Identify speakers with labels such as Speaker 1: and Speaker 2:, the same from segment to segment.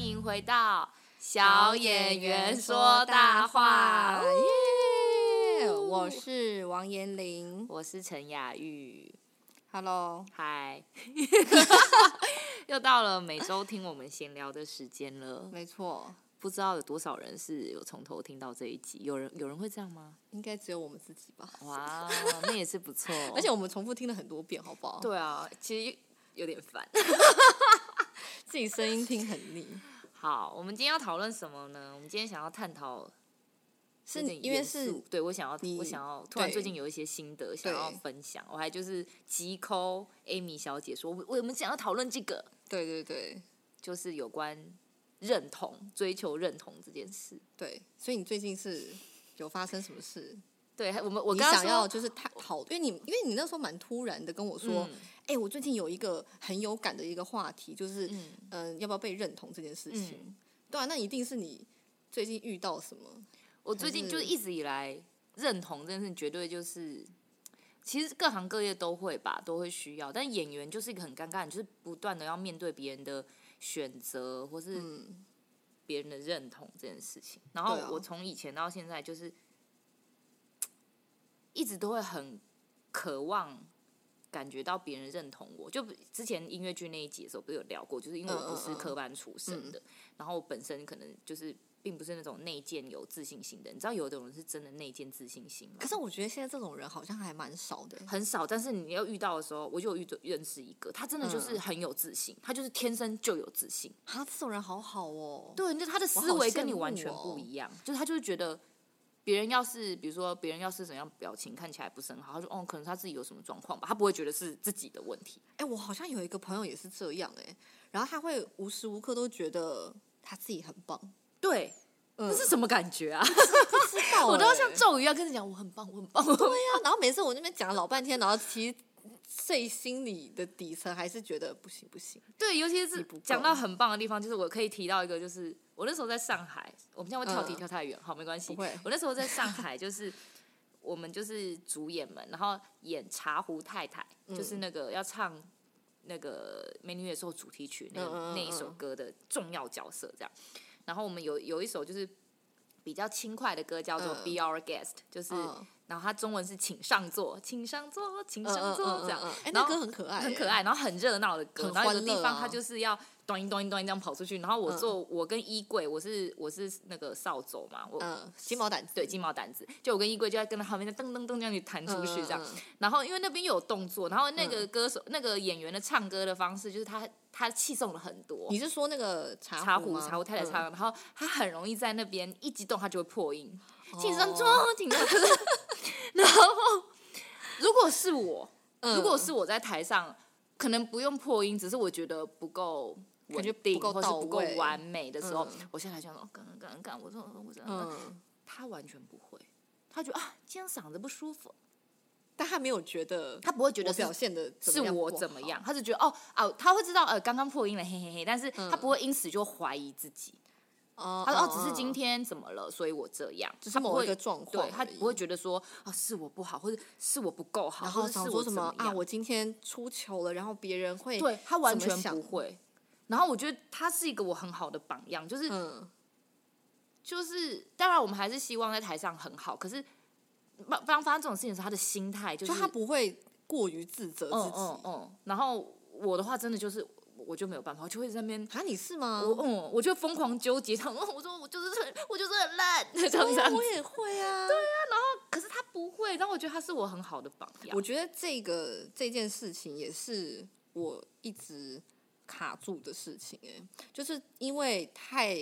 Speaker 1: 迎回到小演员说大话，
Speaker 2: 耶！
Speaker 1: 呜
Speaker 2: 我是王彦霖
Speaker 1: 我是陈雅玉，
Speaker 2: ，Hello，
Speaker 1: 嗨， 又到了每周听我们闲聊的时间了。
Speaker 2: 没错，
Speaker 1: 不知道有多少人是有从头听到这一集，有人有人会这样吗？
Speaker 2: 应该只有我们自己吧。
Speaker 1: 哇， 那也是不错。
Speaker 2: 而且我们重复听了很多遍，好不好？，
Speaker 1: 哦对啊，其实有点烦。
Speaker 2: 自己声音听很腻，
Speaker 1: 好，我们今天要讨论什么呢？我们今天想要探讨
Speaker 2: 是
Speaker 1: 有点
Speaker 2: 因为
Speaker 1: 严
Speaker 2: 是
Speaker 1: 肃对我想要，我
Speaker 2: 你
Speaker 1: 想要突然最
Speaker 2: 对
Speaker 1: 近有一些心得想要
Speaker 2: 对
Speaker 1: 分享，我还就是急 call Amy 小姐说，我我们想要讨论这个，
Speaker 2: 对对对
Speaker 1: 就是有关认同、追求认同这件事。
Speaker 2: 对，所以你最近是有发生什么事？
Speaker 1: 对，还我们我
Speaker 2: 你
Speaker 1: 刚刚
Speaker 2: 想要
Speaker 1: 说
Speaker 2: 就是探讨，因为你因为你那时候蛮突然的跟我说，哎、
Speaker 1: 嗯
Speaker 2: 我最近有一个很有感的一个话题，就是嗯、
Speaker 1: 嗯
Speaker 2: 呃要不要被认同这件事情。
Speaker 1: 嗯
Speaker 2: 对啊，那一定是你最近遇到什么？
Speaker 1: 我最近就
Speaker 2: 还是
Speaker 1: 一直以来认同这件事，绝对就是，其实各行各业都会吧，都会需要。但演员就是一个很尴尬，你就是不断的要面对别人的选择，或是
Speaker 2: 嗯，
Speaker 1: 别人的认同这件事情。然后
Speaker 2: 对啊
Speaker 1: 我从以前到现在，就是一直都会很渴望感觉到别人认同我。就之前音乐剧那一集的时候，不是有聊过，就是因为
Speaker 2: 嗯
Speaker 1: 我不是
Speaker 2: 嗯嗯
Speaker 1: 科班出身的，然后我本身可能就是并不是那种内建有自信心的。你知道，有的人是真的内建自信心吗？
Speaker 2: 可是我觉得现在这种人好像还蛮少的、
Speaker 1: 很少，但是你要遇到的时候，我就有遇认识一个，他真的就是
Speaker 2: 嗯
Speaker 1: 很有自信，他就是天生就有自信。
Speaker 2: 啊，这种人好好哦。
Speaker 1: 对，就他的思
Speaker 2: 好
Speaker 1: 维
Speaker 2: 羡
Speaker 1: 跟你
Speaker 2: 慕
Speaker 1: 完全
Speaker 2: 哦
Speaker 1: 不一样，就是他就会觉得别人要是比如说别人要是怎样表情看起来不是很好，他就哦可能他自己有什么状况吧，他不会觉得是自己的问题。
Speaker 2: 哎、我好像有一个朋友也是这样哎、然后他会无时无刻都觉得他自己很 棒，
Speaker 1: 对，
Speaker 2: 嗯
Speaker 1: 这是什么感觉啊？
Speaker 2: 知道
Speaker 1: 我都要
Speaker 2: 欸
Speaker 1: 像咒语一样跟你讲，我很棒，我很棒。我很棒
Speaker 2: 对 呀、然后每次我那边讲了老半天，然后其实最心里的底层还是觉得不行不行，
Speaker 1: 对，尤其
Speaker 2: 你
Speaker 1: 是
Speaker 2: 不够
Speaker 1: 讲到很棒的地方，就是我可以提到一个，就是我那时候在上海，我们现在会跳题
Speaker 2: 嗯
Speaker 1: 跳太远，好没关系。
Speaker 2: 不会
Speaker 1: 我那时候在上海，就是我们就是主演们，然后演《茶壶太太》，
Speaker 2: 嗯
Speaker 1: 就是那个要唱那个《美女野兽》主题曲那个、
Speaker 2: 嗯嗯嗯
Speaker 1: 那一首
Speaker 2: 嗯
Speaker 1: 歌的重要角色这样。然后我们有有一首就是比较轻快的歌，叫做《
Speaker 2: 嗯
Speaker 1: Be Our Guest》，就是、
Speaker 2: 嗯
Speaker 1: 然后它中文是“请上座，请上座，请
Speaker 2: 嗯
Speaker 1: 上
Speaker 2: 嗯
Speaker 1: 座”
Speaker 2: 嗯
Speaker 1: 这样。
Speaker 2: 嗯嗯哎、
Speaker 1: 然
Speaker 2: 那
Speaker 1: 后
Speaker 2: 歌很可爱、
Speaker 1: 很可，爱，然后很热闹的歌，
Speaker 2: 很
Speaker 1: 然后有
Speaker 2: 欢
Speaker 1: 的地
Speaker 2: 乐
Speaker 1: 方
Speaker 2: 啊
Speaker 1: 它就是要咚一咚一咚一这样跑出去，然后我
Speaker 2: 嗯
Speaker 1: 坐、我跟衣柜，我是我是那个扫帚嘛，我、
Speaker 2: 嗯，鸡毛掸子，
Speaker 1: 对，金毛掸子，就我跟衣柜就在跟他旁边在噔噔噔这样去弹出去这样，
Speaker 2: 嗯嗯嗯
Speaker 1: 然后因为那边有动作，然后那个歌手、那个演员的唱歌的方式就是他他气送了很多，
Speaker 2: 你是说那个茶
Speaker 1: 茶
Speaker 2: 壶
Speaker 1: 壶
Speaker 2: 吗
Speaker 1: 茶壶太太
Speaker 2: 嗯
Speaker 1: 唱，然后他很容易在那边一激动，他就会破音，请上
Speaker 2: 哦
Speaker 1: 桌，请上桌。 然后，如果是我，
Speaker 2: 嗯
Speaker 1: 如果是我在台上，可能不用破音，只是我觉得不够稳
Speaker 2: 感觉
Speaker 1: 定，
Speaker 2: 不够
Speaker 1: 或是
Speaker 2: 到
Speaker 1: 不够
Speaker 2: 位
Speaker 1: 完美的时候，
Speaker 2: 嗯
Speaker 1: 我现在想说，哦干干干干，我说我真的，
Speaker 2: 嗯，
Speaker 1: 他完全不会。他觉得啊，今天嗓子不舒服，
Speaker 2: 但他没有觉得，
Speaker 1: 他不会觉
Speaker 2: 我
Speaker 1: 得是
Speaker 2: 表现的
Speaker 1: 是我怎么样，他就觉得哦啊，他会知道呃刚刚破音了，嘿嘿嘿，但是
Speaker 2: 嗯
Speaker 1: 他不会因此就怀疑自己。
Speaker 2: 哦，
Speaker 1: 他说：“哦，只是今
Speaker 2: 天
Speaker 1: 天怎么了，所以我这样。”
Speaker 2: 只是
Speaker 1: 他不
Speaker 2: 某
Speaker 1: 会
Speaker 2: 一个状况
Speaker 1: 对他
Speaker 2: 而已
Speaker 1: 不会觉得说：“哦，是我不好，或者是我不够好，
Speaker 2: 然
Speaker 1: 或
Speaker 2: 后
Speaker 1: 者
Speaker 2: 想
Speaker 1: 是
Speaker 2: 说
Speaker 1: 我
Speaker 2: 什
Speaker 1: 怎
Speaker 2: 么啊，
Speaker 1: 样
Speaker 2: 我今天出糗了，然后别人会
Speaker 1: 对他完
Speaker 2: 怎么
Speaker 1: 全不
Speaker 2: 想
Speaker 1: 会。然后我觉得他是一个我很好的榜样，就是、
Speaker 2: 嗯，
Speaker 1: 就是，当然我们还是希望在台上很好，可是当当发生这种事情的时候，他的心态就是
Speaker 2: 就他不会过于自责自
Speaker 1: 嗯
Speaker 2: 己。
Speaker 1: 嗯嗯。然后我的话真的就是我就没有办法，我就会在那边。
Speaker 2: 啊，你是吗？
Speaker 1: 我 嗯，我就疯狂纠结，然后我说我就是很我就是很烂， 这样这样子
Speaker 2: 我也会啊。对啊，
Speaker 1: 可是他不会，但我觉得他是我很好的榜样。
Speaker 2: 我觉得这个这件事情也是我一直卡住的事情、哎，就是因为太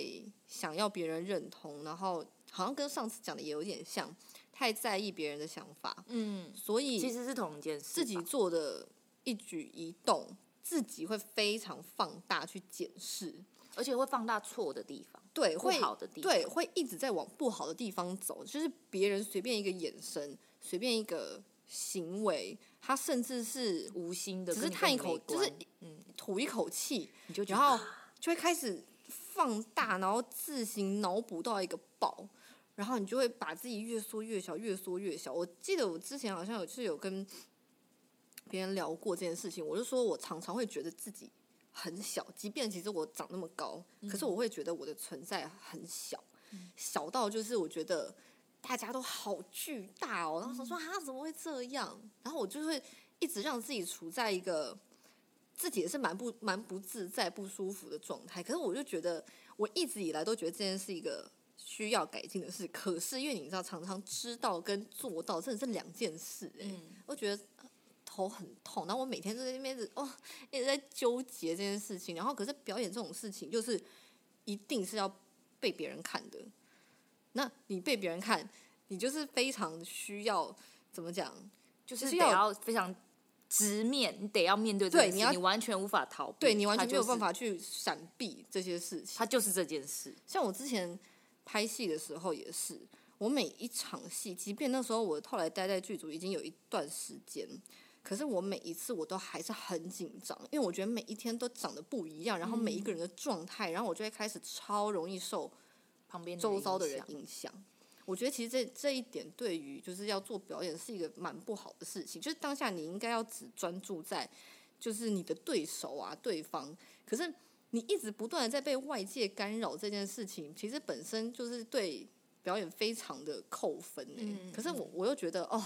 Speaker 2: 想要别人认同，然后好像跟上次讲的也有点像，太在意别人的想法，
Speaker 1: 嗯，
Speaker 2: 所以
Speaker 1: 其实是同一件事吧，
Speaker 2: 自己做的一举一动，自己会非常放大去检视，
Speaker 1: 而且会放大错的地方，
Speaker 2: 对，
Speaker 1: 不
Speaker 2: 会
Speaker 1: 好的地方。
Speaker 2: 对，会一直在往不好的地方走，就是别人随便一个眼神，随便一个行为，他甚至是
Speaker 1: 无心的，
Speaker 2: 只是
Speaker 1: 跟你
Speaker 2: 叹一
Speaker 1: 根本
Speaker 2: 口
Speaker 1: 没，
Speaker 2: 就是
Speaker 1: 关嗯，
Speaker 2: 吐一口气，
Speaker 1: 你就觉
Speaker 2: 然
Speaker 1: 得啊
Speaker 2: 后就会开始放大，然后自行脑补到一个爆，然后你就会把自己越缩越小，越缩越小。我记得我之前好像有就是有跟别人聊过这件事情，我就说我常常会觉得自己很小，即便其实我长那么高，
Speaker 1: 嗯
Speaker 2: 可是我会觉得我的存在很小，小到就是我觉得大家都好巨大哦，然后想
Speaker 1: 嗯
Speaker 2: 说啊怎么会这样？然后我就会一直让自己处在一个自己也是蛮不蛮不自在、不舒服的状态。可是我就觉得我一直以来都觉得这件是一个需要改进的事，可是因为你知道，常常知道跟做到真的是两件事、哎、
Speaker 1: 嗯
Speaker 2: 我觉得呃头很痛，然后我每天都在那边一直哦一直在纠结这件事情，然后可是表演这种事情就是一定是要被别人看的，那你被别人看，你就是非常需要怎么讲？
Speaker 1: 就是
Speaker 2: 是
Speaker 1: 得
Speaker 2: 要
Speaker 1: 要非常直面，你得要面对这
Speaker 2: 对
Speaker 1: 件事，
Speaker 2: 你要
Speaker 1: 你完全无法逃避，
Speaker 2: 对你完全
Speaker 1: 它
Speaker 2: 没
Speaker 1: 就
Speaker 2: 有办
Speaker 1: 是，
Speaker 2: 法去闪避这些事情。
Speaker 1: 它就是这件事，
Speaker 2: 像我之前拍戏的时候也是，我每一场戏，即便那时候我后来待在剧组已经有一段时间，可是我每一次我都还是很紧张，因为我觉得每一天都长得不一样，然后每一
Speaker 1: 嗯
Speaker 2: 个人的状态，然后我就会开始超容易受
Speaker 1: 旁边
Speaker 2: 周遭的人
Speaker 1: 影响
Speaker 2: 影响。我觉得其实这这一点对于就是要做表演是一个蛮不好的事情，就是当下你应该要只专注在就是你的对手啊对方，可是你一直不断的在被外界干扰这件事情，其实本身就是对表演非常的扣分、欸、
Speaker 1: 嗯
Speaker 2: 可是我我又觉得哦，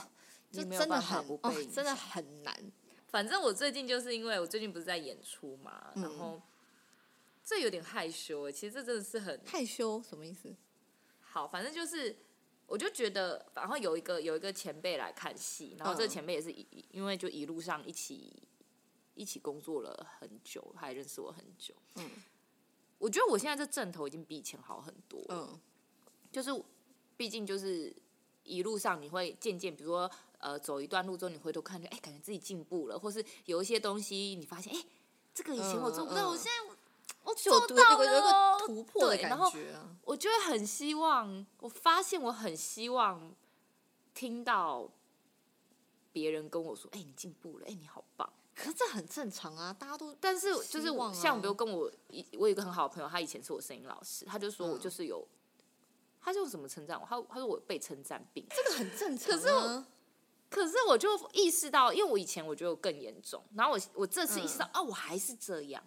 Speaker 1: 你
Speaker 2: 这
Speaker 1: 没有
Speaker 2: 真的
Speaker 1: 办法
Speaker 2: 很
Speaker 1: 不被
Speaker 2: 哦
Speaker 1: 影，
Speaker 2: 真的
Speaker 1: 响
Speaker 2: 很难。
Speaker 1: 反正我最近就是因为我最近不是在演出嘛，然
Speaker 2: 嗯
Speaker 1: 后这有点害羞哎，其实这真的是很
Speaker 2: 害羞什么意思？
Speaker 1: 好，反正就是。我就觉得，然后有一个有一个前辈来看戏，然后这个
Speaker 2: 嗯
Speaker 1: 前辈也是一、因为就一路上一起一起工作了很久，他也认识我很久。
Speaker 2: 嗯
Speaker 1: 我觉得我现在这阵头已经比以前好很多了。
Speaker 2: 嗯
Speaker 1: 就是毕竟就是一路上你会渐渐，比如说呃走一段路之后，你回头看就哎、感觉自己进步了，或是有一些东西你发现哎、这个以前我做不到，
Speaker 2: 嗯嗯
Speaker 1: 我现在我我
Speaker 2: 就有
Speaker 1: 做
Speaker 2: 突
Speaker 1: 到
Speaker 2: 有一个有一
Speaker 1: 了
Speaker 2: 个
Speaker 1: 哦，
Speaker 2: 突破的
Speaker 1: 对
Speaker 2: 感
Speaker 1: 然后
Speaker 2: 觉啊，
Speaker 1: 我就会很希望，我发现我很希望听到别人跟我说，哎、你进步了，哎、你好棒。
Speaker 2: 可是这很正常啊，大家都
Speaker 1: 但是就是
Speaker 2: 希
Speaker 1: 我
Speaker 2: 望啊
Speaker 1: 像比如跟我一我有一个很好的朋友，他以前是我摄影老师，他就说我
Speaker 2: 嗯
Speaker 1: 就是有，他就怎么称赞我，他他说我有被称赞病，
Speaker 2: 这个很正常、啊。
Speaker 1: 可是我可是我就意识到，因为我以前我觉得我更严重，然后我我这次意
Speaker 2: 嗯
Speaker 1: 识到，啊，我还是这样，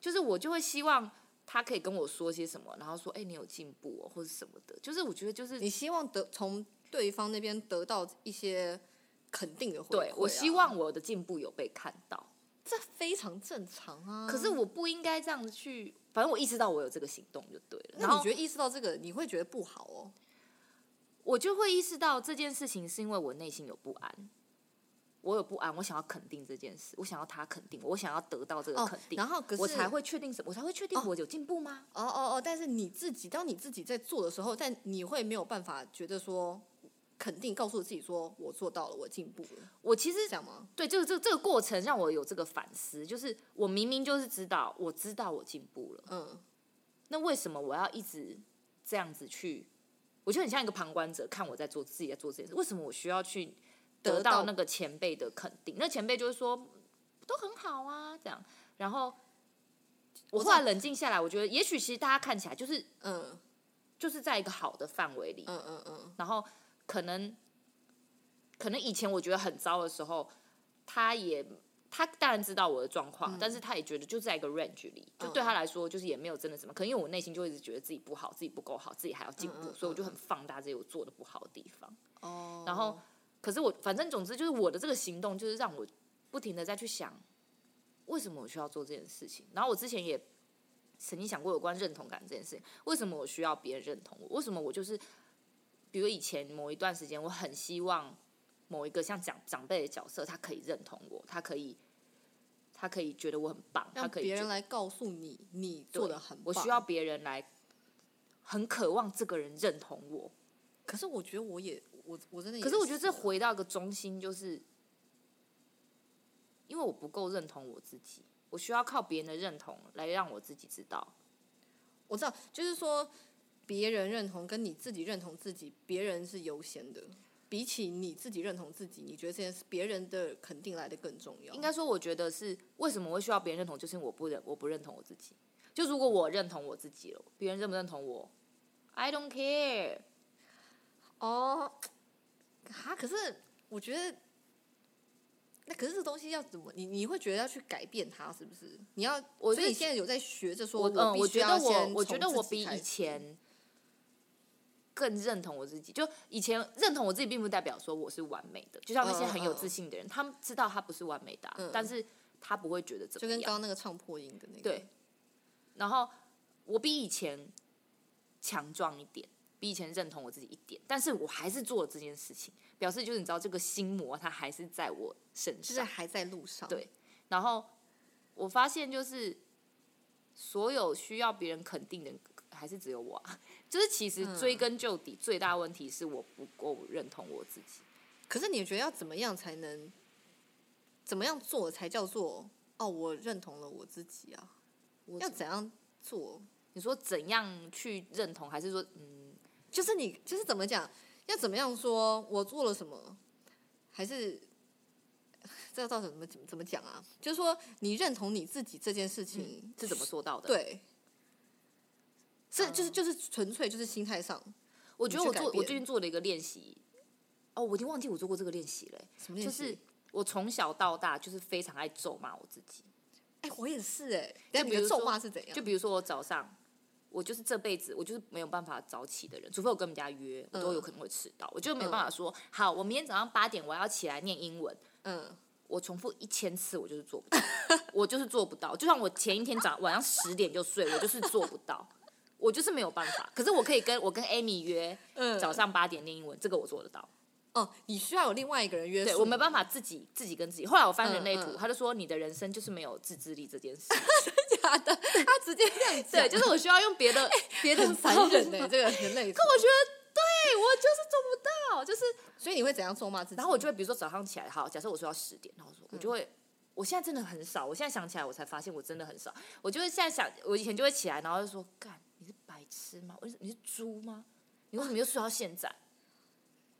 Speaker 1: 就是我就会希望他可以跟我说些什么，然后说，哎、你有进步、哦、或者什么的，就是我觉得就是
Speaker 2: 你希望得从对方那边得到一些肯定的回馈、
Speaker 1: 对
Speaker 2: 啊，
Speaker 1: 我希望我的进步有被看到，
Speaker 2: 这非常正常啊。
Speaker 1: 可是，我不应该这样去，反正我意识到我有这个行动就对了，
Speaker 2: 那
Speaker 1: 然
Speaker 2: 你
Speaker 1: 后
Speaker 2: 觉得意识到这个，你会觉得不好哦？
Speaker 1: 我就会意识到这件事情是因为我内心有不安。我有不安，我想要肯定这件事，我想要他肯定我，我想要得到这个
Speaker 2: 哦
Speaker 1: 肯定，
Speaker 2: 然后可是
Speaker 1: 我才会确定什么，我才会确定
Speaker 2: 哦
Speaker 1: 我有进步吗？
Speaker 2: 哦哦哦，但是你自己，当你自己在做的时候，但你会没有办法觉得说肯定告诉自己说我做到了，我进步了，
Speaker 1: 我其实
Speaker 2: 是这样吗？
Speaker 1: 对，这个这个这个过程让我有这个反思，就是我明明就是知道，我知道我进步了，
Speaker 2: 嗯，
Speaker 1: 那为什么我要一直这样子去？我就很像一个旁观者，看我在做自己在做这件事，为什么我需要去
Speaker 2: 得
Speaker 1: 得到
Speaker 2: 到
Speaker 1: 那个前辈的肯定？那前辈就会说都很好啊，这样。然后我
Speaker 2: 我
Speaker 1: 后来
Speaker 2: 懂
Speaker 1: 冷静下来，我觉得也许其实大家看起来就是
Speaker 2: 嗯
Speaker 1: 就是在一个好的范围里，
Speaker 2: 嗯嗯嗯，
Speaker 1: 然后可能可能以前我觉得很糟的时候，他也他当然知道我的状
Speaker 2: 嗯
Speaker 1: 况，但是他也觉得就在一个 range 里，就对他来说就是也没有真的什么。可能因为我内心就一直觉得自己不好，自己不够好，自己还要进步，
Speaker 2: 嗯嗯
Speaker 1: 所以我就很放大这些我做的不好的地方。
Speaker 2: 哦，
Speaker 1: 然后，可是我反正总之就是我的这个行动，就是让我不停的再去想，为什么我需要做这件事情。然后我之前也曾经想过有关认同感这件事情，为什么我需要别人认同我？为什么我就是，比如以前某一段时间，我很希望某一个像长长辈的角色，他可以认同我，他可以，他可以觉得我很棒，他
Speaker 2: 让
Speaker 1: 可以觉
Speaker 2: 别人
Speaker 1: 得
Speaker 2: 来告诉你你做的很棒，
Speaker 1: 我需要别人来，很渴望这个人认同我。
Speaker 2: 可是我觉得我也我我真的也，啊
Speaker 1: 可是我觉得这回到一个中心，就是因为我不够认同我自己，我需要靠别人的认同来让我自己知道。
Speaker 2: 我知道，就是说别人认同跟你自己认同自己，别人是优先的。比起你自己认同自己，你觉得这件事别人的肯定来的更重要？
Speaker 1: 应该说，我觉得是为什么我会需要别人认同，就是因为我不认我不认同我自己。就如果我认同我自己了，别人认不认同我，I don't care。
Speaker 2: 哦，啊，可是我觉得那可是这东西要怎么？你你会觉得要去改变它，是不是？你要，
Speaker 1: 我
Speaker 2: 所以
Speaker 1: 是
Speaker 2: 你现在有在学着说，
Speaker 1: 我嗯，
Speaker 2: 必
Speaker 1: 我
Speaker 2: 须
Speaker 1: 觉
Speaker 2: 要
Speaker 1: 得
Speaker 2: 先
Speaker 1: 我我觉
Speaker 2: 从
Speaker 1: 得
Speaker 2: 自
Speaker 1: 我
Speaker 2: 己
Speaker 1: 比
Speaker 2: 开
Speaker 1: 以
Speaker 2: 始
Speaker 1: 前更认同我自己。就以前认同我自己，并不代表说我是完美的。就像那些
Speaker 2: 嗯
Speaker 1: 很有
Speaker 2: 嗯
Speaker 1: 自信的人，他们知道他不是完美的啊、
Speaker 2: 嗯
Speaker 1: 但是他不会觉得怎
Speaker 2: 就
Speaker 1: 么
Speaker 2: 跟
Speaker 1: 样。
Speaker 2: 刚刚那个唱破音的那个，
Speaker 1: 对，啊然后我比以前强壮一点，比以前认同我自己一点，但是我还是做了这件事情，表示就是你知道这个心魔它还是在我身
Speaker 2: 就是
Speaker 1: 上。
Speaker 2: 还在路上。
Speaker 1: 对然后我发现就是所有需要别人肯定的，还是只有我、啊。就是其实
Speaker 2: 嗯
Speaker 1: 追根究底，最大问题是我不够认同我自己。
Speaker 2: 可是你觉得要怎么样才能，怎么样做才叫做哦，我认同了我自己啊？
Speaker 1: 我
Speaker 2: 要怎样做？
Speaker 1: 你说怎样去认同，还是说嗯，
Speaker 2: 就是你，就是怎么讲？要怎么样说我做了什么？还是这到底怎么怎么怎么讲啊？就是说你认同你自己这件事情、
Speaker 1: 是怎么做到的？，
Speaker 2: 对，是就是
Speaker 1: 嗯
Speaker 2: 就是纯粹就是心态上
Speaker 1: 我觉得我
Speaker 2: 你去改
Speaker 1: 做我
Speaker 2: 变
Speaker 1: 最近做了一个练习，哦，我已经忘记我做过这个练习了欸、
Speaker 2: 什么练
Speaker 1: 就
Speaker 2: 习
Speaker 1: 是我从小到大就是非常爱咒骂我自己。
Speaker 2: 哎、我也是哎、但
Speaker 1: 就
Speaker 2: 你
Speaker 1: 比
Speaker 2: 的
Speaker 1: 如
Speaker 2: 咒
Speaker 1: 说
Speaker 2: 骂是怎样？
Speaker 1: 就比如说我早上，我就是这辈子我就是没有办法早起的人，除非我跟人家约，我都有可能会迟到，我就没办法说、好，我明天早上八点我要起来念英文。
Speaker 2: 嗯，
Speaker 1: 我重复一千次，我就是做 不到，我就是做不到。就算我前一天早晚上十点就睡，我就是做不到，我就是没有办法。可是我可以跟我跟 Amy 约
Speaker 2: 嗯
Speaker 1: 早上八点念英文，这个我做得到。
Speaker 2: 哦，你需要有另外一个人约束，
Speaker 1: 对我没办
Speaker 2: 法，
Speaker 1: 法自己自己跟自己。后来我翻人
Speaker 2: 嗯
Speaker 1: 类图，
Speaker 2: 嗯
Speaker 1: 他就说你的人生就是没有自制力这件事。
Speaker 2: 假的，他直接这样
Speaker 1: 对，
Speaker 2: 讲，
Speaker 1: 就是我需要用别 的别的
Speaker 2: 很残忍
Speaker 1: 的
Speaker 2: 哎、。这个人类图。
Speaker 1: 我觉得对我就是做不到，就是，
Speaker 2: 所以你会怎样咒骂自己？
Speaker 1: 然后我就会比如说早上起来，好，假设我说要十点，然后我说我就会。我现在真的很少，我现在想起来，我才发现我真的很少。我就是现在想，我以前就会起来，然后就说：“干，你是白痴吗？我是你是猪吗？你为什么又睡到现在？”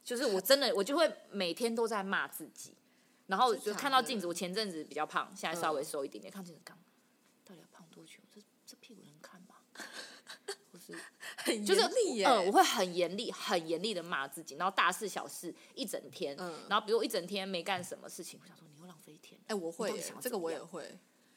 Speaker 1: 就是我真的，我就会每天都在骂自己，然后就
Speaker 2: 真假
Speaker 1: 看到
Speaker 2: 的
Speaker 1: 镜子，我前阵子比较胖，现在稍微瘦一点点，看镜子干嘛？到底要胖多久？这这屁股能看吗？ 我是
Speaker 2: 很
Speaker 1: 就是
Speaker 2: 严厉耶、
Speaker 1: 嗯，我会很严厉、很严厉的骂自己，然后大事小事一整天，
Speaker 2: 嗯
Speaker 1: 然后比如我一整天没干什么事情，我想说你又浪费一天，
Speaker 2: 哎、我
Speaker 1: 你
Speaker 2: 会
Speaker 1: 到底
Speaker 2: 耶
Speaker 1: 想要
Speaker 2: 这个
Speaker 1: 怎么
Speaker 2: 我也
Speaker 1: 样
Speaker 2: 会，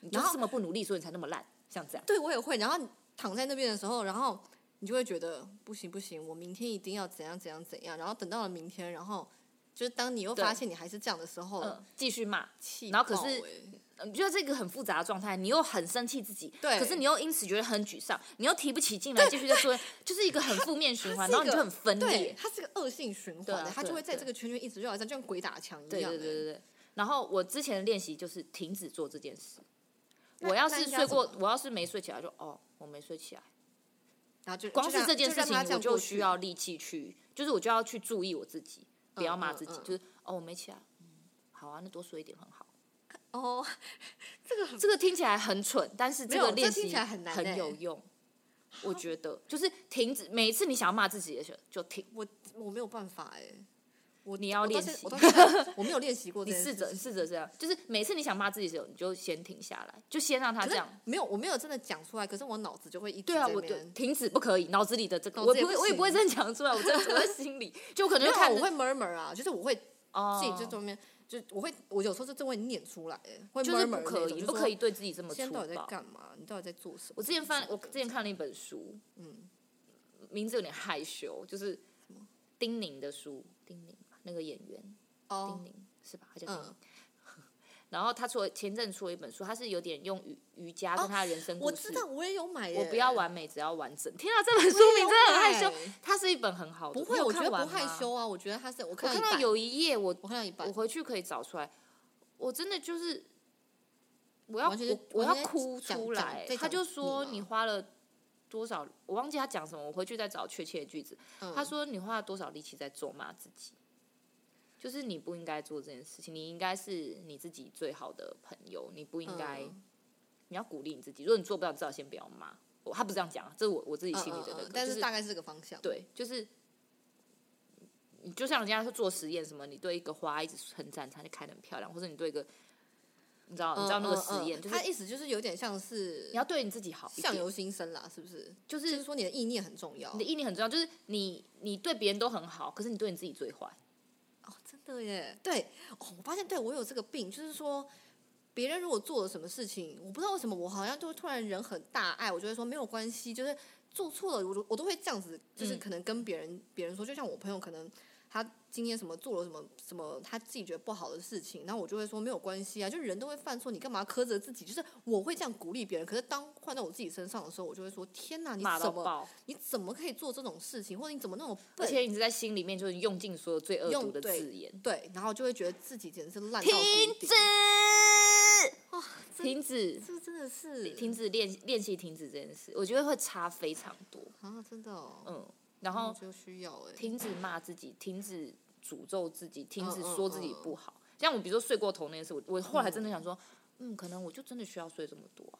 Speaker 1: 你就是这么不努力，所以你才那么烂，像这样。
Speaker 2: 对我也会。然后你躺在那边的时候，然后你就会觉得不行不行，我明天一定要怎样怎样怎样。然后等到了明天，然后就是当你又
Speaker 1: 对
Speaker 2: 发现你还是这样的时候，
Speaker 1: 嗯，继续骂，
Speaker 2: 气
Speaker 1: 然后可
Speaker 2: 爆欸
Speaker 1: 是
Speaker 2: 耶
Speaker 1: 嗯觉得这个很复杂的状态，你又很生气自己，
Speaker 2: 对
Speaker 1: 可是你又因此觉得很沮丧，你又提不起劲来继续在做，就是一个很负面循环，
Speaker 2: 是
Speaker 1: 然后你
Speaker 2: 一
Speaker 1: 就
Speaker 2: 个
Speaker 1: 很分
Speaker 2: 对，
Speaker 1: 裂，
Speaker 2: 它是个恶性循
Speaker 1: 对
Speaker 2: 环欸
Speaker 1: 啊
Speaker 2: 的，它就
Speaker 1: 对
Speaker 2: 会在
Speaker 1: 对
Speaker 2: 这个圈圈一直绕，就像鬼打墙一
Speaker 1: 对
Speaker 2: 样欸
Speaker 1: 对
Speaker 2: 耶。
Speaker 1: 对对对。然后我之前的练习就是停止做这件事，
Speaker 2: 那
Speaker 1: 我要
Speaker 2: 那
Speaker 1: 是
Speaker 2: 应该
Speaker 1: 睡
Speaker 2: 怎
Speaker 1: 过
Speaker 2: 么，
Speaker 1: 我要是没睡起来就哦，我没睡起来。
Speaker 2: 然后就
Speaker 1: 光
Speaker 2: 就是让
Speaker 1: 这件
Speaker 2: 就
Speaker 1: 事
Speaker 2: 让
Speaker 1: 情
Speaker 2: 它，这
Speaker 1: 我
Speaker 2: 样
Speaker 1: 就
Speaker 2: 过
Speaker 1: 需
Speaker 2: 去
Speaker 1: 要力气去，就是我就要去注意我自己，不要骂
Speaker 2: 嗯
Speaker 1: 自己，
Speaker 2: 嗯
Speaker 1: 就是哦，我没起来，嗯，好啊，那多睡一点很好。
Speaker 2: 哦，这个很
Speaker 1: 这个听起来很蠢，但是
Speaker 2: 没有
Speaker 1: 个
Speaker 2: 这
Speaker 1: 练习
Speaker 2: 听起来很难欸
Speaker 1: 有用。我觉得就是停止，每一次你想要骂自己的时候就停，
Speaker 2: 我我没有办法哎，我
Speaker 1: 你要
Speaker 2: 我到
Speaker 1: 练
Speaker 2: 现
Speaker 1: 习
Speaker 2: 我到现在我没有练习过这
Speaker 1: 你
Speaker 2: 件事
Speaker 1: 试
Speaker 2: 情，
Speaker 1: 着试着这样，就是每次你想骂自己的时候，你就先停下来，就先让他
Speaker 2: 可
Speaker 1: 这
Speaker 2: 是
Speaker 1: 样。
Speaker 2: 没有我没有真的讲出来，可是我脑子就会一直
Speaker 1: 对啊，
Speaker 2: 在
Speaker 1: 我
Speaker 2: 那
Speaker 1: 就
Speaker 2: 边
Speaker 1: 停止不可以，脑子里的这个，
Speaker 2: 脑
Speaker 1: 我
Speaker 2: 子也
Speaker 1: 不会，
Speaker 2: 不
Speaker 1: 我也不会
Speaker 2: 行
Speaker 1: 真的讲出来，我在我在心里，就可
Speaker 2: 没
Speaker 1: 能
Speaker 2: 有
Speaker 1: 就
Speaker 2: 啊
Speaker 1: 看
Speaker 2: 我
Speaker 1: 着
Speaker 2: 会 murmur 啊，就是我会自
Speaker 1: 哦
Speaker 2: 己在这边就我会我有时候是真会念出来哎，会
Speaker 1: 就是
Speaker 2: murmur
Speaker 1: 不
Speaker 2: 那
Speaker 1: 可
Speaker 2: 种
Speaker 1: 以，
Speaker 2: 就
Speaker 1: 不
Speaker 2: 说
Speaker 1: 可以对自己这么
Speaker 2: 现
Speaker 1: 粗
Speaker 2: 在到底在
Speaker 1: 暴。
Speaker 2: 干嘛？你到底在做什么？
Speaker 1: 我之前翻，我
Speaker 2: 什么
Speaker 1: 之前看了一本书，
Speaker 2: 嗯
Speaker 1: 名字有点害羞，就是丁宁的书，丁宁吧那个演员，
Speaker 2: 哦
Speaker 1: 丁宁是吧？他叫丁宁。
Speaker 2: 嗯，
Speaker 1: 然后他出了前阵出了一本书，他是有点用瑜瑜伽跟他的人生故
Speaker 2: 哦我
Speaker 1: 事。
Speaker 2: 知道我也有买耶，
Speaker 1: 我不要完美，只要完整。天啊，这本书
Speaker 2: 我
Speaker 1: 名
Speaker 2: 也有
Speaker 1: 真的很害羞
Speaker 2: 买。
Speaker 1: 它是一本很好的，
Speaker 2: 不
Speaker 1: 你
Speaker 2: 会，
Speaker 1: 有
Speaker 2: 我觉
Speaker 1: 看
Speaker 2: 得
Speaker 1: 完
Speaker 2: 不害
Speaker 1: 吗
Speaker 2: 羞啊，我觉得他是我
Speaker 1: 我
Speaker 2: 看
Speaker 1: 看
Speaker 2: 到
Speaker 1: 到
Speaker 2: 一半
Speaker 1: 有一页，我
Speaker 2: 我看到一半
Speaker 1: 我，回去可以找出来。我真的就是，我要
Speaker 2: 完全是
Speaker 1: 我我要
Speaker 2: 完全在
Speaker 1: 哭
Speaker 2: 讲
Speaker 1: 出
Speaker 2: 讲
Speaker 1: 来
Speaker 2: 在。
Speaker 1: 他
Speaker 2: 讲
Speaker 1: 就
Speaker 2: 你
Speaker 1: 说
Speaker 2: 吗
Speaker 1: 你花了多少，我忘记他讲什么，我回去再找确切的句子。
Speaker 2: 嗯
Speaker 1: 他说你花了多少力气在咒骂自己，就是你不应该做这件事情，你应该是你自己最好的朋友，你不应该，
Speaker 2: 嗯
Speaker 1: 你要鼓励你自己。如果你做不到，你至少先不要骂。我他不是这样讲啊，这是我我自己
Speaker 2: 嗯
Speaker 1: 心里
Speaker 2: 嗯
Speaker 1: 的那
Speaker 2: 嗯
Speaker 1: 个，
Speaker 2: 但
Speaker 1: 就是
Speaker 2: 大概是这个方向。
Speaker 1: 对，就是你就像人家说做实验什么，你对一个花一直称赞它就开得很漂亮，或者你对一个，你知道、
Speaker 2: 嗯，
Speaker 1: 你知道那个
Speaker 2: 嗯
Speaker 1: 实验，
Speaker 2: 嗯
Speaker 1: 就是
Speaker 2: 他意思就是有点像是
Speaker 1: 你要对你自己好一
Speaker 2: 相
Speaker 1: 点，
Speaker 2: 由心生啦，是不是？
Speaker 1: 就
Speaker 2: 就是
Speaker 1: 是
Speaker 2: 说你的意念很重要
Speaker 1: 你的意念很重要，就是你你对别人都很好，可是你对你自己最坏，
Speaker 2: 哦，真的耶，对，哦，我发现对我有这个病，就是说，别人如果做了什么事情，我不知道为什么，我好像就会突然人很大爱，我就会说没有关系，就是做错了，我都我都会这样子，就是
Speaker 1: 嗯
Speaker 2: 可能跟别人别人说，就像我朋友可能。他今天什么做了什么什么他自己觉得不好的事情，然后我就会说没有关系啊，就人都会犯错，你干嘛苛责自己？就是我会这样鼓励别人，可是当换到我自己身上的时候，我就会说天哪，你
Speaker 1: 骂到
Speaker 2: 怎么
Speaker 1: 爆，
Speaker 2: 你怎么可以做这种事情，或者你怎么那种
Speaker 1: 而
Speaker 2: 笨？
Speaker 1: 且你是在心里面就是用尽所有最恶毒
Speaker 2: 用
Speaker 1: 的
Speaker 2: 对
Speaker 1: 字眼。
Speaker 2: 对，然后就会觉得自己简直是烂到
Speaker 1: 停
Speaker 2: 谷底
Speaker 1: 止，
Speaker 2: 哦，真
Speaker 1: 停止，
Speaker 2: 这真的是
Speaker 1: 停止练练习停止这件事，我觉得会差非常多。
Speaker 2: 啊，真的哦，
Speaker 1: 嗯，然
Speaker 2: 那我
Speaker 1: 后
Speaker 2: 就需要哎、
Speaker 1: 停止骂自己，停止诅咒自己，停止
Speaker 2: 嗯嗯
Speaker 1: 说自己
Speaker 2: 嗯
Speaker 1: 不好。像我比如说睡过头那件事，我我后来真的想说，嗯，可能我就真的需要睡这么多啊、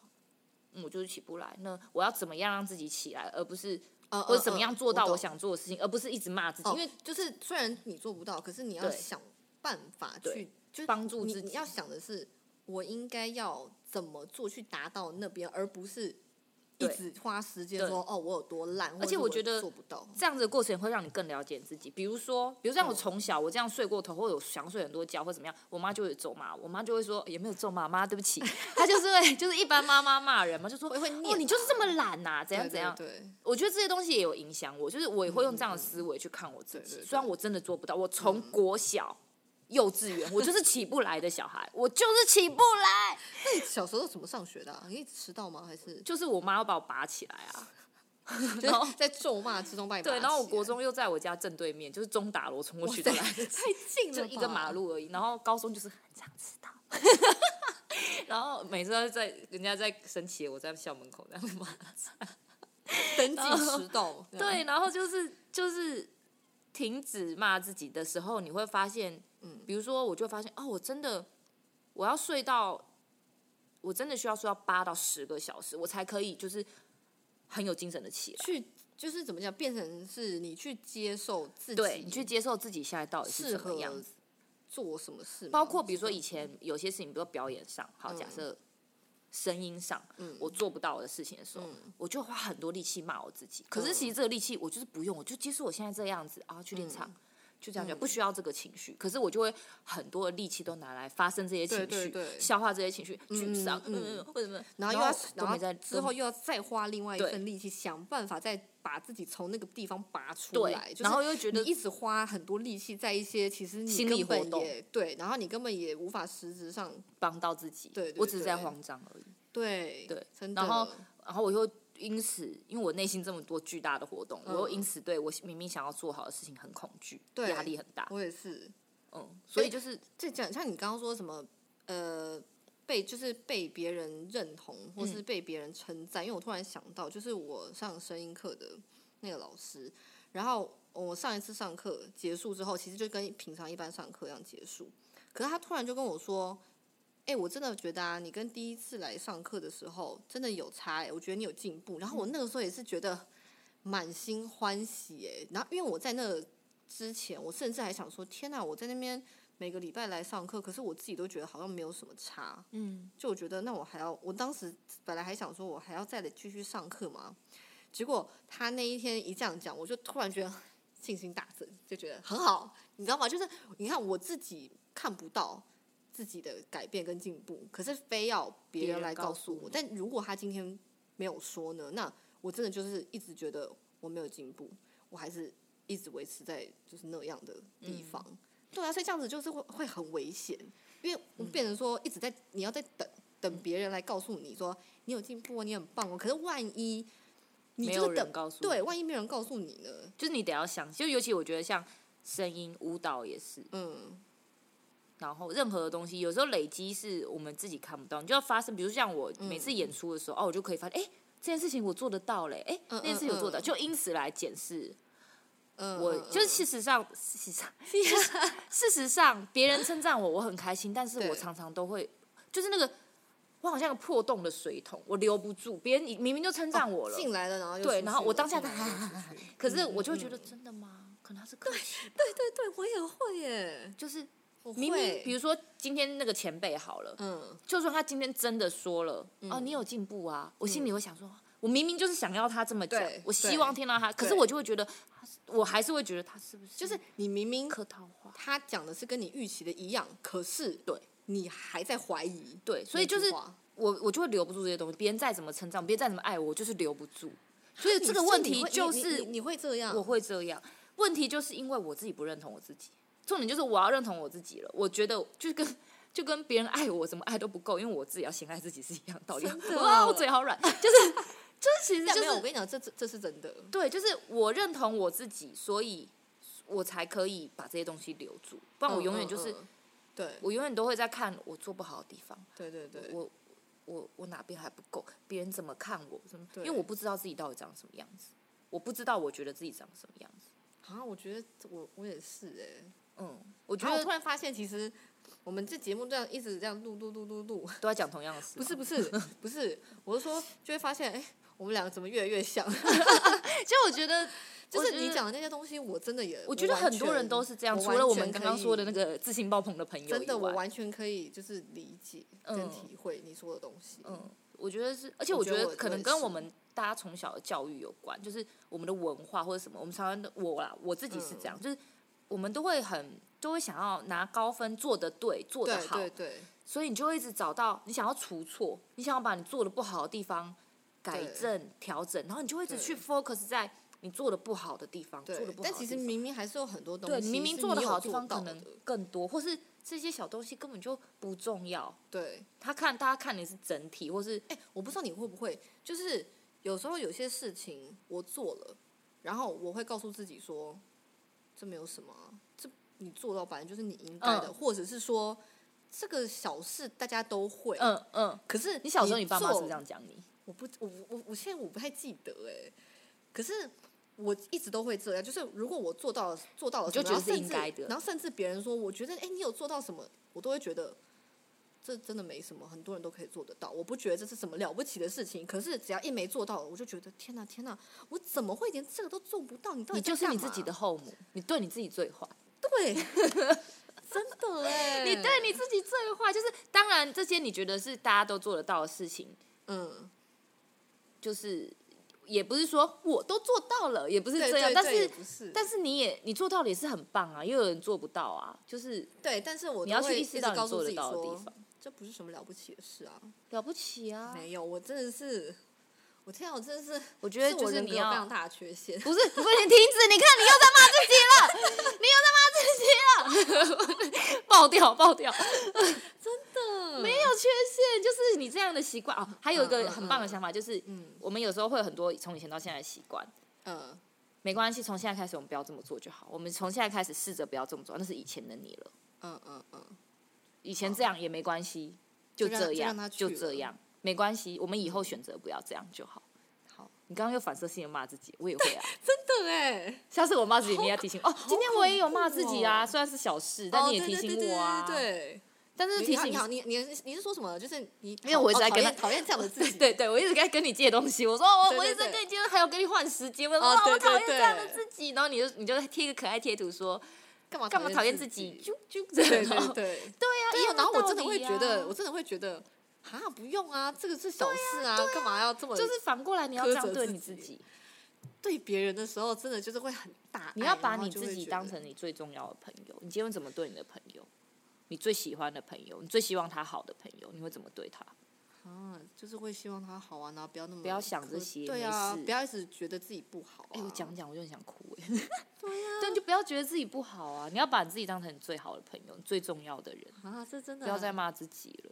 Speaker 1: 嗯，我就是起不来。那我要怎么样让自己起来，而不是
Speaker 2: 呃
Speaker 1: 或者怎么样做到我
Speaker 2: 我哦
Speaker 1: 想做的事情，而不是一直骂自己，
Speaker 2: 懂，
Speaker 1: 因
Speaker 2: 因
Speaker 1: 为
Speaker 2: 为就是虽然你做不到，可是你要
Speaker 1: 对
Speaker 2: 想办法
Speaker 1: 对
Speaker 2: 去，就是
Speaker 1: 帮助
Speaker 2: 你
Speaker 1: 自己
Speaker 2: 你要想的是，我应该要怎么做去达到那边，而不是一
Speaker 1: 对
Speaker 2: 直花时间
Speaker 1: 对
Speaker 2: 说哦，我有多烂，或
Speaker 1: 而且
Speaker 2: 者
Speaker 1: 我
Speaker 2: 是
Speaker 1: 觉得
Speaker 2: 做不到。
Speaker 1: 这样子的过程会让你更了解自己。比如说，比如像我
Speaker 2: 嗯
Speaker 1: 从小我这样睡过头，或者有想睡很多觉，或怎么样，我妈就会咒骂我，我妈就会说也没有咒骂妈，对不起，她就是会 就是一般妈妈骂人嘛，就说
Speaker 2: 会会念啊
Speaker 1: 哦你就是这么懒呐、怎样
Speaker 2: 对
Speaker 1: 怎样。
Speaker 2: 对对
Speaker 1: 我觉得这些东西也有影响我，就是我也会用这样的思维去看我自
Speaker 2: 嗯对
Speaker 1: 己。
Speaker 2: 对嗯对
Speaker 1: 虽然我真的做不到，我从国小、幼稚园，我就是起不来的小孩，我就是起不来。
Speaker 2: 那你小时候都怎么上学的、啊？你一直迟到吗？还是
Speaker 1: 就是我妈要把我拔起来 啊，
Speaker 2: 就
Speaker 1: 然后
Speaker 2: 是在咒骂之中把你
Speaker 1: 对，
Speaker 2: 拔
Speaker 1: 然后我
Speaker 2: 起
Speaker 1: 国
Speaker 2: 来
Speaker 1: 中又在我家正对面，就是中打罗冲过
Speaker 2: 哇
Speaker 1: 去的
Speaker 2: 塞
Speaker 1: 啦，
Speaker 2: 太近了
Speaker 1: 就
Speaker 2: 吧，
Speaker 1: 一个马路而已。然后高中就是很常迟 到。然后每次都在人家在升旗，我在校门口这样骂。
Speaker 2: 登
Speaker 1: 然
Speaker 2: 记
Speaker 1: 后
Speaker 2: 迟到， 这样
Speaker 1: 嗯对，然后就是就是停止骂自己的时候，你会发现，
Speaker 2: 嗯
Speaker 1: 比如说我就发现哦，我真的我要睡到，我真的需要睡到八到十个小时，我才可以就是很有精神的起来。
Speaker 2: 去就是怎么讲，变成是你去接受自己，
Speaker 1: 对你去接受自己现在到底是
Speaker 2: 适
Speaker 1: 什么
Speaker 2: 合
Speaker 1: 样子，
Speaker 2: 做什么事吗，
Speaker 1: 包括比如说以前有些事情，比如说表演上，好假
Speaker 2: 嗯
Speaker 1: 设声音上，
Speaker 2: 嗯
Speaker 1: 我做不到的事情的时候，
Speaker 2: 嗯
Speaker 1: 我就花很多力气骂我自己。可是
Speaker 2: 嗯
Speaker 1: 其实这个力气我就是不用，我就接受我现在这样子啊，去练唱，就这样就
Speaker 2: 嗯
Speaker 1: 不需要这个情绪。可是我就会很多的力气都拿来发生这些情绪，
Speaker 2: 对对对
Speaker 1: 消化这些情绪，沮丧，
Speaker 2: 嗯嗯
Speaker 1: 嗯，为什么？
Speaker 2: 然后又要
Speaker 1: 都
Speaker 2: 然
Speaker 1: 没
Speaker 2: 后
Speaker 1: 在嗯
Speaker 2: 之后。又要再花另外一
Speaker 1: 对
Speaker 2: 份力气想办法再把自己从那个地方拔出
Speaker 1: 对
Speaker 2: 来，就，是
Speaker 1: 然后又觉
Speaker 2: 你
Speaker 1: 得
Speaker 2: 一直花很多力气在一些其实你
Speaker 1: 心理
Speaker 2: 根本
Speaker 1: 活动
Speaker 2: 也对，然后你根本也无法实质上
Speaker 1: 帮到自己，
Speaker 2: 对对
Speaker 1: 我只是在
Speaker 2: 对
Speaker 1: 慌张而已。
Speaker 2: 对
Speaker 1: 对
Speaker 2: 真的，
Speaker 1: 然后然后我又因此，因为我内心这么多巨大的活动，我又因此对我明明想要做好的事情很恐惧，
Speaker 2: 嗯对
Speaker 1: 压力很大，
Speaker 2: 我也是，
Speaker 1: 嗯，所以
Speaker 2: 对
Speaker 1: 就是
Speaker 2: 这讲像你刚刚说什么，呃，被就是被别人认同或
Speaker 1: 嗯
Speaker 2: 是被别人称赞，因为我突然想到，就是我上声音课的那个老师，然后我上一次上课结束之后，其实就跟平常一般上课一样结束，可是他突然就跟我说。哎、我真的觉得啊，你跟第一次来上课的时候真的有差哎、我觉得你有进步。然后
Speaker 1: 嗯
Speaker 2: 我那个时候也是觉得满心欢喜哎、然后因为我在那之前，我甚至还想说，天哪、我在那边每个礼拜来上课，可是我自己都觉得好像没有什么差，
Speaker 1: 嗯，
Speaker 2: 就我觉得那我还要，我当时本来还想说我还要再继续上课嘛，结果他那一天一这样讲，我就突然觉得 信心大增，就觉得很好，你知道吗？就是你看我自己看不到自己的改变跟进步，可是非要别
Speaker 1: 别
Speaker 2: 人
Speaker 1: 人
Speaker 2: 来
Speaker 1: 告
Speaker 2: 告
Speaker 1: 诉
Speaker 2: 诉
Speaker 1: 你
Speaker 2: 我，但如果他今天没有说呢，那我真的就是一直觉得我没有进步，我还是一直维持在就是那样的
Speaker 1: 嗯
Speaker 2: 地方。对啊，所以这样子就是会会很危险，因为我变成说一直在你要在等等别人来告诉你说你有进步哦，你很棒哦。可是万一你
Speaker 1: 没
Speaker 2: 就
Speaker 1: 有
Speaker 2: 是
Speaker 1: 人
Speaker 2: 等
Speaker 1: 告诉你，
Speaker 2: 对，万一没有人告诉你呢？
Speaker 1: 就是你得要想，就尤其我觉得像声音、舞蹈也是，
Speaker 2: 嗯，
Speaker 1: 然后任何的东西，有时候累积是我们自己看不到，你就要发生。比如像我每次演出的时候，哦，我就可以发现，哎、这件事情我做得到嘞，哎、
Speaker 2: 嗯
Speaker 1: 那件事情我做得到，
Speaker 2: 嗯嗯
Speaker 1: 就因此来检视
Speaker 2: 嗯
Speaker 1: 我。
Speaker 2: 嗯
Speaker 1: 就是
Speaker 2: 嗯
Speaker 1: 事实上，事实 上，就是事实上，别人称赞我，我很开心，但是我
Speaker 2: 对
Speaker 1: 常常都会，就是那个，我好像个破洞的水桶，我留不住。别人明明就称赞我了，
Speaker 2: 哦进嗯来了，然后又
Speaker 1: 对
Speaker 2: 出
Speaker 1: 然后
Speaker 2: 去
Speaker 1: 我
Speaker 2: 了
Speaker 1: 当下
Speaker 2: 进来了 又出去
Speaker 1: 可是我就会觉得，真的吗？可能他是客气吧，
Speaker 2: 对对对，我也会耶，
Speaker 1: 就是
Speaker 2: 我会
Speaker 1: 明明，比如说今天那个前辈好了，
Speaker 2: 嗯
Speaker 1: 就算他今天真的说了，哦，你有进步啊，我心里会想说，我明明就是想要他这么讲
Speaker 2: 嗯对，
Speaker 1: 我希望听到他，可是
Speaker 2: 对
Speaker 1: 我就会觉得，我还是会觉得他是不是
Speaker 2: 就是你明明
Speaker 1: 客套话？
Speaker 2: 他讲的是跟你预期的一样，可是
Speaker 1: 对
Speaker 2: 你还在怀疑，
Speaker 1: 对，所以
Speaker 2: 那句
Speaker 1: 就是
Speaker 2: 话
Speaker 1: 我我就会留不住这些东西，别人再怎么称赞，别人再怎么爱我，我就是留不住。所以
Speaker 2: 啊你
Speaker 1: 这个
Speaker 2: 是
Speaker 1: 问
Speaker 2: 你
Speaker 1: 题
Speaker 2: 会
Speaker 1: 就
Speaker 2: 你
Speaker 1: 是
Speaker 2: 你你你会这样，
Speaker 1: 我会这样。问题就是因为我自己不认同我自己，重点就是我要认同我自己了。我觉得就跟就跟别人爱我怎么爱都不够，因为我自己要先爱自己是一样道理
Speaker 2: 真。的哦
Speaker 1: 哇，我嘴好软，就是就是其实
Speaker 2: 但
Speaker 1: 就
Speaker 2: 没有，我
Speaker 1: 是
Speaker 2: 跟你讲，这这这是真的，
Speaker 1: 对，就是我认同我自己，所以我才可以把这些东西留住，不然我
Speaker 2: 嗯
Speaker 1: 永远
Speaker 2: 嗯
Speaker 1: 就是、
Speaker 2: 嗯对
Speaker 1: 我永远都会在看我做不好的地方，
Speaker 2: 对对对，
Speaker 1: 我我我哪边还不够，别人怎么看我，怎么，因为
Speaker 2: 对
Speaker 1: 我不知道自己到底长什么样子，我不知道我觉得自己长什么样子。
Speaker 2: 啊，我觉得我我也是哎、
Speaker 1: 嗯，我
Speaker 2: 我
Speaker 1: 觉得
Speaker 2: 突然发现，其实我们这节目这样一直这样录录录录录，
Speaker 1: 都在讲同样的事。啊
Speaker 2: 不是，不是不是，我是说就会发现，哎、我们两个怎么越来 越像？
Speaker 1: 其实我觉得，
Speaker 2: 就
Speaker 1: 我
Speaker 2: 是
Speaker 1: 觉
Speaker 2: 你
Speaker 1: 得，
Speaker 2: 讲的那些东西，我真的也，
Speaker 1: 我觉得
Speaker 2: 完
Speaker 1: 很多
Speaker 2: 全
Speaker 1: 人都是这样，
Speaker 2: 我
Speaker 1: 除
Speaker 2: 完
Speaker 1: 了我
Speaker 2: 全
Speaker 1: 们刚
Speaker 2: 可
Speaker 1: 刚说的
Speaker 2: 以
Speaker 1: 那个自信爆棚的朋友以外，
Speaker 2: 真的，我完全可以就是理解跟
Speaker 1: 嗯
Speaker 2: 体会你说的东西。
Speaker 1: 嗯，我觉得是，而且
Speaker 2: 我
Speaker 1: 我
Speaker 2: 觉
Speaker 1: 觉
Speaker 2: 得
Speaker 1: 得
Speaker 2: 我
Speaker 1: 可
Speaker 2: 我
Speaker 1: 能
Speaker 2: 也
Speaker 1: 跟
Speaker 2: 是
Speaker 1: 我们大家从小的教育有关，就是我们的文化或者什么，我们常常都我啦，我自己是这
Speaker 2: 嗯
Speaker 1: 样，就是我们都会很都会想要拿高分，做得对，做得
Speaker 2: 对
Speaker 1: 好，
Speaker 2: 对对，
Speaker 1: 所以你就会一直找到你想要除错，你想要把你做的不好的地方改
Speaker 2: 对
Speaker 1: 正、调整，然后你就会一直
Speaker 2: 对
Speaker 1: 去 focus 在你做的不好的地方，做的
Speaker 2: 对
Speaker 1: 不，好的
Speaker 2: 但
Speaker 1: 地方。
Speaker 2: 其实明明还是有很多东
Speaker 1: 对，
Speaker 2: 西，
Speaker 1: 你明明
Speaker 2: 做
Speaker 1: 的好
Speaker 2: 的
Speaker 1: 的地方可能
Speaker 2: 的
Speaker 1: 更多，或是这些小东西根本就不重要。
Speaker 2: 对。
Speaker 1: 他看大家看的是整体，或是
Speaker 2: 哎、我不知道你会不会，就是有时候有些事情我做了，然后我会告诉自己说，这没有什么啊，这你做到反正就是你应该的，
Speaker 1: 嗯
Speaker 2: 或者是说这个小事大家都会。
Speaker 1: 嗯嗯。
Speaker 2: 可是
Speaker 1: 你小时候你爸妈是不
Speaker 2: 做
Speaker 1: 是这样讲你？
Speaker 2: 我不，我我我现在我不太记得哎、可是我一直都会这样，就是如果我做到了做到了
Speaker 1: 你
Speaker 2: 什
Speaker 1: 就觉得
Speaker 2: 么，然后
Speaker 1: 是
Speaker 2: 甚
Speaker 1: 应
Speaker 2: 至
Speaker 1: 该的
Speaker 2: 然后甚至别人说，我觉得哎、你有做到什么，我都会觉得这真的没什么，很多人都可以做得到，我不觉得这是什么了不起的事情。可是只要一没做到，我就觉得天哪、天哪、我怎么会连这个都做不到？你到底
Speaker 1: 你就
Speaker 2: 在
Speaker 1: 是
Speaker 2: 干
Speaker 1: 你自己的
Speaker 2: 嘛
Speaker 1: 后母，你对你自己最坏，
Speaker 2: 对，真的哎、
Speaker 1: 你对你自己最坏。就是当然这些你觉得是大家都做得到的事情，
Speaker 2: 嗯，
Speaker 1: 就是也不是说我都做到了，也不是
Speaker 2: 对
Speaker 1: 这样，
Speaker 2: 对
Speaker 1: 但
Speaker 2: 对也
Speaker 1: 是。
Speaker 2: 不是
Speaker 1: 但是你也你做到了也是很棒啊，也有人做不到啊，就是
Speaker 2: 对，但是我
Speaker 1: 你
Speaker 2: 都
Speaker 1: 要去
Speaker 2: 会
Speaker 1: 意
Speaker 2: 一
Speaker 1: 识
Speaker 2: 直
Speaker 1: 到
Speaker 2: 告
Speaker 1: 你
Speaker 2: 诉
Speaker 1: 做
Speaker 2: 自
Speaker 1: 得
Speaker 2: 己
Speaker 1: 到的
Speaker 2: 说
Speaker 1: 地方，
Speaker 2: 这不是什么了不起的事啊。
Speaker 1: 了不起啊！
Speaker 2: 没有，我真的是，我天啊，我真的是，
Speaker 1: 我觉得
Speaker 2: 是
Speaker 1: 就
Speaker 2: 我
Speaker 1: 是
Speaker 2: 人
Speaker 1: 你
Speaker 2: 格有
Speaker 1: 要
Speaker 2: 非常大的缺陷。
Speaker 1: 不是，不是，你停止！你看，你又在骂自己了，你又在骂自己了， 爆掉，爆掉！
Speaker 2: 嗯
Speaker 1: 没有缺陷，就是你这样的习惯哦。还有一
Speaker 2: 嗯
Speaker 1: 个
Speaker 2: 嗯
Speaker 1: 很棒的
Speaker 2: 嗯
Speaker 1: 想法，就是
Speaker 2: 嗯
Speaker 1: 我们有时候会有很多从以前到现在的习惯，
Speaker 2: 嗯，
Speaker 1: 没关系，从现在开始我们不要这么做就好。我们从现在开始试着不要这么做，那是以前的你了，
Speaker 2: 嗯嗯嗯，
Speaker 1: 以前这样也没关系，就
Speaker 2: 就让
Speaker 1: 这
Speaker 2: 哦就让
Speaker 1: 样，
Speaker 2: 它去
Speaker 1: 就
Speaker 2: 了
Speaker 1: 这样，没关系，我们以后选择不要这样就好。
Speaker 2: 好，
Speaker 1: 你刚刚又反射性的骂自己，我也会 啊。
Speaker 2: 真的哎，
Speaker 1: 下次我骂自己，你也要提醒我哦。今天我也有骂自己啊，
Speaker 2: 好恐怖哦
Speaker 1: 虽然是小事，
Speaker 2: 哦
Speaker 1: 但你也
Speaker 2: 对
Speaker 1: 提
Speaker 2: 对
Speaker 1: 醒
Speaker 2: 对
Speaker 1: 我啊。
Speaker 2: 对对
Speaker 1: 但是
Speaker 2: 对，
Speaker 1: 提
Speaker 2: 你好
Speaker 1: 醒
Speaker 2: 你好，你你是你是说什么？就是你，因
Speaker 1: 为我一直在
Speaker 2: 讨
Speaker 1: 跟
Speaker 2: 厌
Speaker 1: 他
Speaker 2: 讨厌这样的自 己，
Speaker 1: 对对，我一直在跟你借东西，我说我
Speaker 2: 对对
Speaker 1: 我一直在跟你借，还有跟你换时间，我说
Speaker 2: 哦
Speaker 1: 哇我
Speaker 2: 对对
Speaker 1: 讨厌这样的
Speaker 2: 对
Speaker 1: 自己，然后你就你就贴一个可爱贴图说
Speaker 2: 干嘛
Speaker 1: 干嘛讨厌自
Speaker 2: 自
Speaker 1: 己，
Speaker 2: 己？
Speaker 1: 啾啾，
Speaker 2: 对对
Speaker 1: 然后
Speaker 2: 对对
Speaker 1: 对啊
Speaker 2: 对
Speaker 1: 一
Speaker 2: 啊
Speaker 1: 样，
Speaker 2: 然后我
Speaker 1: 道
Speaker 2: 真的
Speaker 1: 理
Speaker 2: 会觉
Speaker 1: 啊
Speaker 2: 得，我真的会觉得，啊，不用啊，这个是小事啊，干嘛要这么
Speaker 1: 就是反过来你要
Speaker 2: 苛
Speaker 1: 这
Speaker 2: 责
Speaker 1: 样对
Speaker 2: 自
Speaker 1: 你自
Speaker 2: 己
Speaker 1: 己，
Speaker 2: 对别人的时候，真的就是会很大爱，
Speaker 1: 你要把
Speaker 2: 然后
Speaker 1: 你
Speaker 2: 就
Speaker 1: 自
Speaker 2: 会
Speaker 1: 己
Speaker 2: 觉
Speaker 1: 当
Speaker 2: 得
Speaker 1: 成你最重要的朋友，你今天会怎么对你的朋友？你最喜欢的朋友，你最希望他好的朋友，你会怎么对他？
Speaker 2: 啊，就是会希望他好啊，然后不要那么
Speaker 1: 不要想这
Speaker 2: 苛
Speaker 1: 些
Speaker 2: 对
Speaker 1: 没
Speaker 2: 啊，
Speaker 1: 事
Speaker 2: 不要一直觉得自己不好、啊。
Speaker 1: 哎、我讲讲我就很想哭 哎、对呀、对，你就不要觉得自己不好啊，你要把你自己当成你最好的朋友，你最重要的人，
Speaker 2: 啊，这真的
Speaker 1: 不要再骂自己了。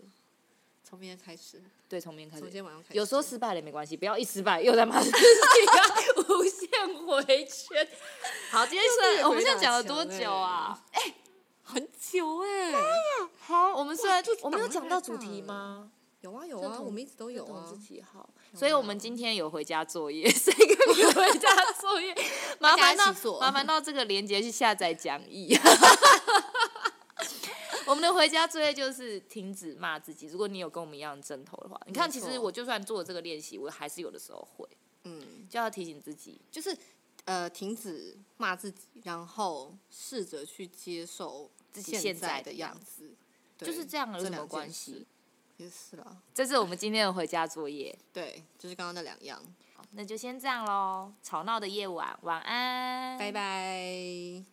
Speaker 2: 从明天开始，
Speaker 1: 对，从明天开
Speaker 2: 从今
Speaker 1: 始。
Speaker 2: 天晚上开始。
Speaker 1: 有时候失败了也没关系，不要一失败又在骂 自己啊，无限回圈。好，今天虽
Speaker 2: 又
Speaker 1: 然
Speaker 2: 是一个
Speaker 1: 我们
Speaker 2: 鬼
Speaker 1: 现在
Speaker 2: 打
Speaker 1: 讲了
Speaker 2: 墙
Speaker 1: 多久啊？
Speaker 2: 欸很久哎、
Speaker 1: 好，我们虽然
Speaker 2: 这
Speaker 1: 我们有
Speaker 2: 档
Speaker 1: 讲
Speaker 2: 太
Speaker 1: 到主
Speaker 2: 大
Speaker 1: 题
Speaker 2: 了
Speaker 1: 吗？
Speaker 2: 有啊有
Speaker 1: 认
Speaker 2: 啊，
Speaker 1: 同
Speaker 2: 我们一直都有
Speaker 1: 我
Speaker 2: 啊
Speaker 1: 自。己好，所以我们今天有回家作业，谁跟你回家作 业？麻
Speaker 2: 大家
Speaker 1: 烦
Speaker 2: 一
Speaker 1: 到
Speaker 2: 起做
Speaker 1: 麻烦到这个链接去下载讲义。我们的回家作业就是停止骂自己。如果你有跟我们一样的针头的话，你看，
Speaker 2: 没
Speaker 1: 其
Speaker 2: 错
Speaker 1: 实我就算做了这个练习，我还是有的时候会，
Speaker 2: 嗯，
Speaker 1: 就要提醒自己，
Speaker 2: 就是呃，停止骂自己，然后试着去接受
Speaker 1: 自己现在
Speaker 2: 在
Speaker 1: 的
Speaker 2: 的
Speaker 1: 样
Speaker 2: 样子，
Speaker 1: 就是
Speaker 2: 对
Speaker 1: 这样有
Speaker 2: 这
Speaker 1: 什么
Speaker 2: 两
Speaker 1: 关
Speaker 2: 件事
Speaker 1: 系？
Speaker 2: 也是啦，
Speaker 1: 这是我们今天的回家作业。
Speaker 2: 对，就是刚刚那两样。
Speaker 1: 嗯好，那就先这样喽。吵闹的夜晚，晚安，
Speaker 2: 拜。拜。